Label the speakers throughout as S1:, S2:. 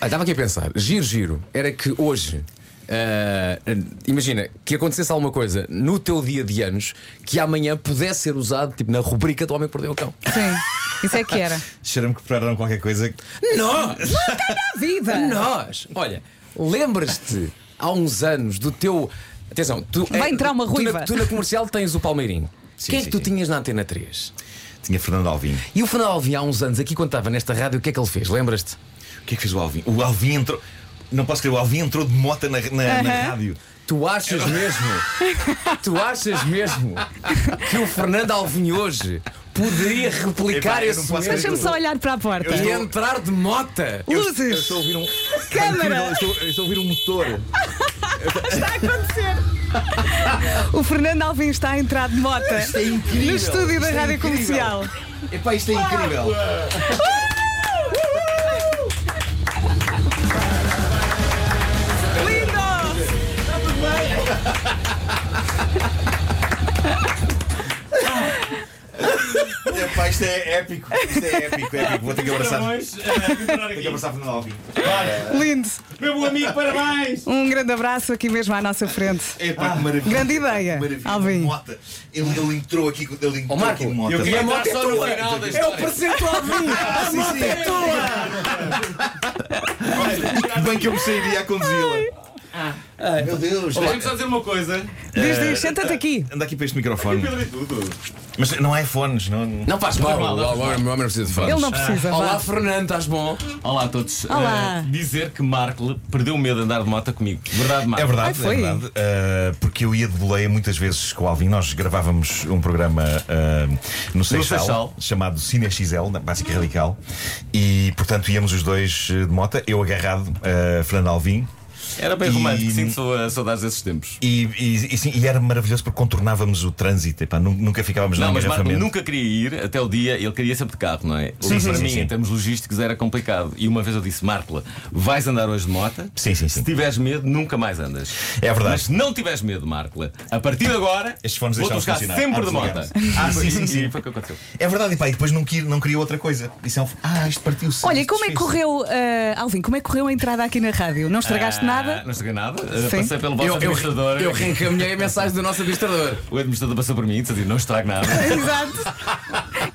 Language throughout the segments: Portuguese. S1: Ah, Estava aqui a pensar, giro, giro, era que hoje. ah, imagina que acontecesse alguma coisa no teu dia de anos que amanhã pudesse ser usado tipo na rubrica do homem que perdeu o cão.
S2: Sim, isso é que era.
S3: Cheira-me que prepararam qualquer coisa.
S1: Nós!
S2: Viva!
S1: Nós! Olha, lembras-te há uns anos do teu. Atenção, tu. eh,
S2: Vai entrar uma
S1: tu na-
S2: ruiva.
S1: Tu na, comercial tens o Palmeirinho.
S3: Sim,
S1: Quem é
S3: sim,
S1: que tu
S3: sim.
S1: tinhas na antena 3?
S3: Tinha Fernando Alvim.
S1: E o Fernando Alvim, há uns anos, aqui quando estava nesta rádio, o que é que ele fez? Lembras-te?
S3: O que é que fez o Alvim? O Alvim entrou. Não posso crer, o Alvim entrou de mota na, na- na rádio.
S1: Tu achas mesmo? tu achas mesmo que o Fernando Alvim hoje poderia replicar
S3: Epá, eu não
S1: esse
S3: posso
S1: mesmo
S2: Deixa-me só olhar para a porta.
S1: e entrar de mota?
S3: Eu-
S2: Luzes!
S3: Eu estou a ouvir um.
S2: Câmara!
S3: Eu estou, eu estou a ouvir um motor.
S2: Está a acontecer! O Fernando Alvim está a entrar de mota
S3: Isto é incrível!
S2: no estúdio da
S3: Isto é
S2: Rádio
S3: incrível.
S2: Comercial.
S3: Epá, isto é incrível.
S2: Lindo!
S3: Epá, isto é épico. Isto é épico, épico. Vou ter que abraçar. Vou
S4: Parabéns, eh, comemorar
S3: ter que
S4: aqui.
S3: abraçar Fernando Alvim.
S2: Lindo!
S4: Meu amigo, parabéns!
S2: Um grande abraço aqui mesmo à nossa frente.
S3: Epá, que maravilha.
S2: Grande ideia,
S3: Maravilha.
S2: Alvim.
S3: Mota. Ele, ele entrou aqui, com- ele entrou
S1: Ó, Marco,
S3: aqui de mota.
S4: eu queria-
S1: A mota é
S4: Entrar só no
S1: tua!
S4: final da
S1: É o
S4: história.
S1: presente do Alvim! A mota é tua!
S3: Bem que eu me sairia a conduzi-la. Meu Deus.
S4: Deixa-me só dizer uma coisa.
S2: Diz, diz, senta-te aqui.
S3: Anda aqui para este microfone.
S4: Pedro e tudo.
S3: Mas não há iPhones, não.
S1: Não faz mal, o homem não precisa de fãs.
S2: Ele não precisa.
S1: Olá,
S2: vá.
S1: Fernando, estás bom?
S4: Olá a todos.
S2: Olá.
S4: Eh, dizer que Marco perdeu o medo de andar de moto comigo. Verdade, Marco?
S3: É
S2: Ai,
S3: verdade, é
S2: foi.
S3: verdade. Uh, porque eu ia de boleia muitas vezes com o Alvin. Nós gravávamos um programa uh, no, Seixal,
S4: Seixal.
S3: chamado Cine XL, na Básica Radical, e portanto íamos os dois uh, de moto, eu agarrado, uh, Fernando Alvim.
S4: Era bem
S3: E-
S4: romântico. Sinto sou- saudades desses tempos.
S3: E, e- e sim, e era maravilhoso porque contornávamos o trânsito, epá, nu- nunca ficávamos
S4: Não,
S3: num
S4: mas Marco
S3: engarrafamento.
S4: nunca queria ir até o dia, ele queria sempre de carro, não é?
S3: Sim,
S4: O que
S3: sim,
S4: para
S3: sim,
S4: mim,
S3: sim.
S4: em termos logísticos, era complicado. E uma vez eu disse, Marco, vais andar hoje de moto?
S3: Sim, sim, sim.
S4: Se tiveres medo, nunca mais andas.
S3: É verdade.
S4: Mas se não tiveres medo, Marco, a partir de agora,
S3: Estes fones
S4: vou-te
S3: deixaram-se
S4: buscar
S3: funcionar.
S4: sempre
S3: Ah,
S4: de moto.
S3: desligaram-se. Ah, sim, sim, sim.
S4: E foi o que aconteceu.
S3: É verdade, epá, e depois não, queria- não queria outra coisa. Disse, Alvin, ah, isto partiu-se.
S2: Olha, e
S3: isto
S2: como é que
S3: desfez-se."
S2: correu, ah, Alvin, como é que correu a entrada aqui na rádio? Não estragaste
S4: Ah,
S2: nada?
S4: Não estraguei nada. Uh,
S2: Sim.
S4: Passei pelo vosso
S1: Eu, eu,
S4: administrador.
S1: eu reencaminhei a mensagem do nosso administrador.
S4: O administrador passou por mim e disse: assim, Não estrago nada.
S3: É
S2: Exato.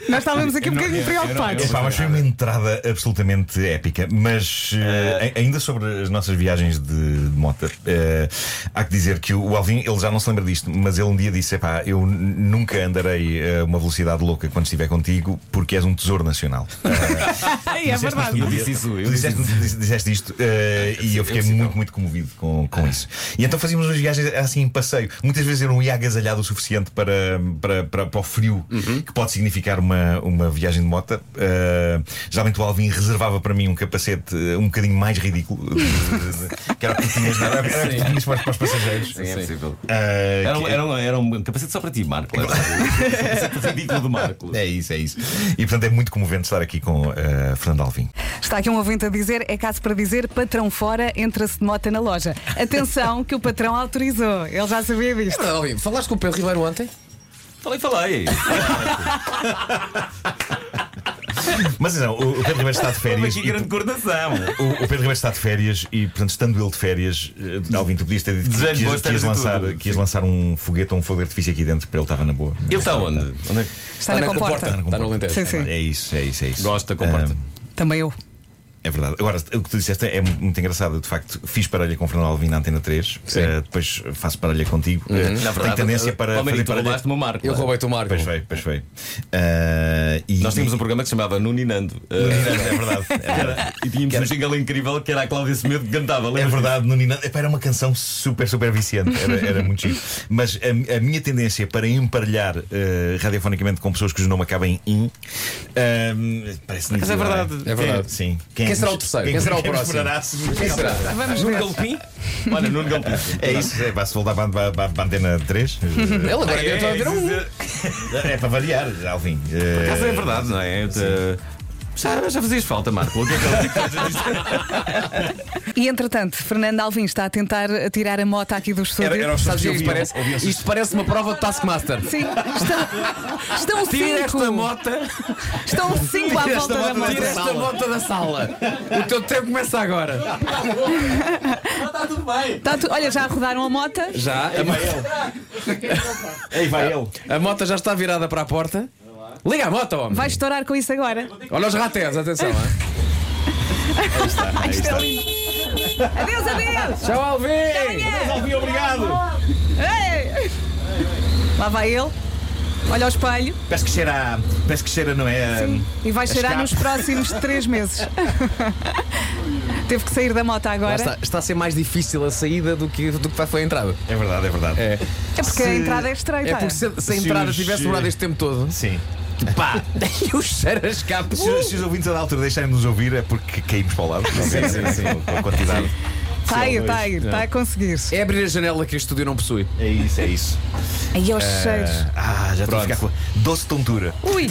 S2: Nós estávamos aqui um
S4: Eu não-
S2: bocadinho
S4: eu- eu não-
S2: preocupados.
S3: Epá, mas foi uma entrada absolutamente épica. Mas eh, a- ainda sobre as nossas viagens de, de moto, eh, há que dizer que o Alvin, ele já não se lembra disto, mas ele um dia disse: Epá, eu n- nunca andarei a uma velocidade louca quando estiver contigo, porque és um tesouro nacional.
S2: Ai, é verdade.
S4: Eu disse isso, Ah, eu
S3: Tu
S4: disse
S3: disseste, disse- disseste isto eh, e eu fiquei muito, muito comovido com,
S4: Ah.
S3: com isso. E então fazíamos umas viagens assim em passeio. Muitas vezes eu não ia agasalhado o suficiente para, para, para, para o frio
S4: Uhum.
S3: que pode significar uma, uma viagem de moto. Eh, geralmente o Alvin reservava para mim um capacete eh, um bocadinho mais ridículo, de- de- de- que era o que tinhas era- era o que tinhas para, para os passageiros.
S4: Sim, é possível.
S3: Eh,
S4: Era, um-
S3: que-
S4: era, um- era um capacete só para ti, Marco. Era um capacete ridículo do Marco.
S3: É isso, é isso. E portanto é muito comovente estar aqui com eh, Fernando Alvin.
S2: Está aqui um ouvinte a dizer, é caso para dizer, patrão fora, entra-se de moto na loja. Atenção, que o patrão autorizou. Ele já sabia disto.
S1: Fernando Alvim, falaste com o Pedro Ribeiro ontem?
S4: Falei, falei.
S3: Mas não, o o Pedro Ribeiro está de
S4: Houve
S3: férias.
S4: aqui
S3: e-
S4: grande coordenação.
S3: O, o Pedro Ribeiro está de férias e, portanto, estando ele de férias, eh, Alvin, tu podias ter dito que,
S4: Desejo
S3: que,
S4: boas
S3: ias, que, ias
S4: férias a
S3: lançar,
S4: todos.
S3: que ias lançar um foguete ou um fogo de artifício aqui dentro, para ele estava na boa.
S4: Ele está onde? Onde é que-
S2: Está na comporta.
S1: Está no Alentejo.
S2: Sim, sim.
S3: É isso, é isso, é isso.
S4: Gosta, comporta.
S3: Ah,
S2: Também eu.
S3: é verdade. Agora, o que tu disseste é muito, muito engraçado. Eu, de facto, fiz parelha com o Fernando Alvin na Antena 3,
S1: Sim.
S3: eh, depois faço parelha contigo. Eh,
S4: Uhum. Na
S3: Tenho
S4: verdade,
S3: tendência para
S4: Palmeirinho,
S3: fazer
S4: tu
S3: parelha.
S4: roubaste-me o Marco.
S1: Eu roubei-te o Marco.
S3: Pois veio, pois veio. Ah, e-
S4: Nós tínhamos um programa que se chamava Nuninando.
S3: É
S4: Uh,
S3: verdade, é verdade.
S4: e tínhamos um jingle incrível que era a Cláudia Semedo que cantava.
S3: É
S4: lembras?
S3: verdade, no Ninando. Epá, era uma canção super, super viciante. Era, era muito chique. Mas a, a minha tendência para emparelhar eh, radiofonicamente com pessoas cujo nome acaba em in ehm, parece
S4: Mas
S3: nítido,
S4: é
S3: não
S4: verdade.
S1: É verdade.
S3: Sim.
S1: Quem será o terceiro?
S3: é
S1: Quem será o próximo?
S3: esperará se-
S1: Quem será?
S2: Vamos
S4: Nuno
S2: ver.
S4: Galopim? Olha, Nuno Galopim.
S3: É isso, é, vai-se voltar para a- para a para a antena 3.
S1: Ele agora deve estar a ver um.
S3: é para variar, Alvin. Eh,
S4: Caso é verdade, não é? Eu te- Já, já fazias falta, Marco. O que é que ele
S2: E entretanto, Fernando Alvim está a tentar tirar a moto aqui do estúdio.
S3: Era- era os-
S1: Sabes o que isto
S3: Ouviam-
S1: parece?
S3: ouviam-se-
S1: Isto parece uma prova de Taskmaster.
S2: Sim, estão, estão
S1: Tira
S2: cinco.
S1: esta moto,
S2: Estão cinco à
S1: tira
S2: volta
S1: esta
S2: da
S1: moto,
S2: moto.
S1: tira esta moto da sala. O teu tempo começa agora.
S4: Está tudo bem.
S2: Tá tu- olha, já rodaram a moto.
S1: Já, é a, mo- é-
S3: Ei, vai ele.
S1: a moto já está virada para a porta. Liga a moto, homem.
S2: Vai estourar com isso agora.
S1: Olha os ratéis, atenção. hein?
S2: Ai, isto é lindo. Adeus, adeus.
S1: Tchau, Alvin!
S3: obrigado.
S2: Ei. Lá vai ele. Olha ao espelho
S3: Parece que cheira. a- Parece que cheira, não é?
S2: e vai
S3: a
S2: cheirar nos
S3: escape.
S2: próximos três meses. Teve que sair da moto
S1: Lá
S2: agora.
S1: Está, está a ser mais difícil a saída do que, do que foi a entrada.
S3: É verdade, é verdade.
S1: É,
S2: É porque a
S3: Se-
S2: entrada é estreita.
S1: é porque se, se a
S3: Se
S1: entrada
S3: os-
S1: tivesse demorado este tempo todo,
S3: Sim.
S1: pá, e o Uh! cheiro a escape.
S3: Se, os- se os ouvintes da altura deixarem de nos ouvir é porque caímos para o lado. Sim, sim, sim. Com a quantidade.
S2: Está a ir, está a ir, está tá a conseguir.
S1: É abrir a janela que este estúdio não possui.
S3: É isso, é isso.
S2: Aí aos cheiros.
S3: Ah, já estou a ficar com doce tontura.
S2: Ui,